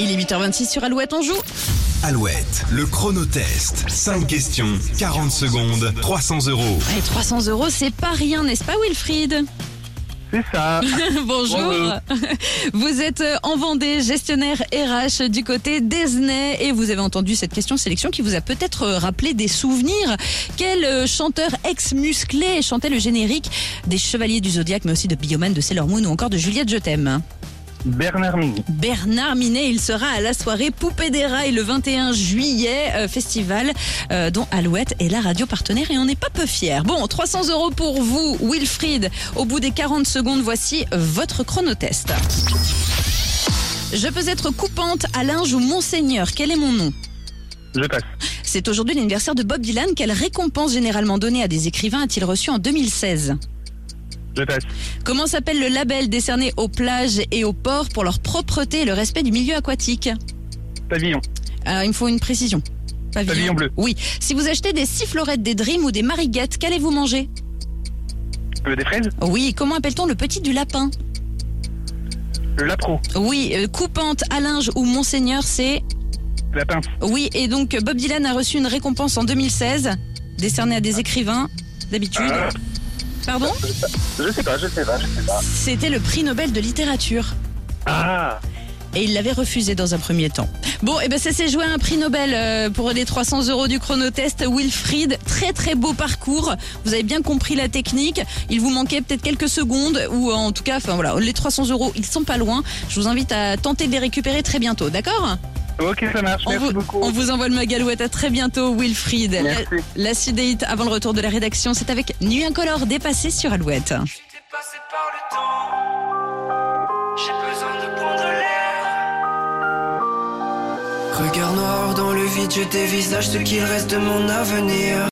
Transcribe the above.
Il est 8h26 sur Alouette, on joue Alouette, le chronotest. 5 questions, 40 secondes, 300 euros. Et 300 euros, c'est pas rien, n'est-ce pas Wilfried C'est ça. Bonjour. Bonjour. Vous êtes euh, en Vendée, gestionnaire RH du côté Disney et vous avez entendu cette question sélection qui vous a peut-être euh, rappelé des souvenirs. Quel euh, chanteur ex-musclé chantait le générique des Chevaliers du Zodiaque mais aussi de Bioman, de Sailor Moon ou encore de Juliette Je t'aime Bernard Mini. Bernard Minet, il sera à la soirée Poupée des Rails le 21 juillet, euh, festival euh, dont Alouette est la radio partenaire et on n'est pas peu fiers. Bon, 300 euros pour vous, Wilfried. Au bout des 40 secondes, voici votre chronotest. Je peux être coupante à linge ou monseigneur, quel est mon nom Je passe. C'est aujourd'hui l'anniversaire de Bob Dylan, quelle récompense généralement donnée à des écrivains a-t-il reçu en 2016 Je passe. Comment s'appelle le label décerné aux plages et aux ports pour leur propreté et le respect du milieu aquatique Pavillon. Euh, il me faut une précision. Pavillon. Pavillon bleu. Oui. Si vous achetez des sifflorettes, des dreams ou des mariguettes, qu'allez-vous manger Euh, des fraises Oui. Comment appelle-t-on le petit du lapin Le lapro. Oui. euh, coupante, à linge ou monseigneur, c'est La pince. oui. Et donc Bob Dylan a reçu une récompense en 2016, décernée à des écrivains d'habitude. Ah. Pardon Euh, Je sais pas, je sais pas, je sais pas. C'était le prix Nobel de littérature. Ah Et il l'avait refusé dans un premier temps. Bon, et ben ça s'est joué à un prix Nobel euh, pour les 300 euros du chronotest. Wilfried, très très beau parcours. Vous avez bien compris la technique. Il vous manquait peut-être quelques secondes ou euh, en tout cas, enfin voilà, les 300 euros, ils sont pas loin. Je vous invite à tenter de les récupérer très bientôt, d'accord Ah. Ok, ça marche, on, merci vous- beaucoup. on vous envoie le magalouette. À très bientôt, Wilfried. La, Merci. la Sudéite, avant le retour de la rédaction, c'est avec Nuit Incolore dépassée sur Alouette. J'étais passé par le temps. J'ai besoin de prendre l'air. Regard noir dans le vide, je dévisage ce qu'il reste de mon avenir.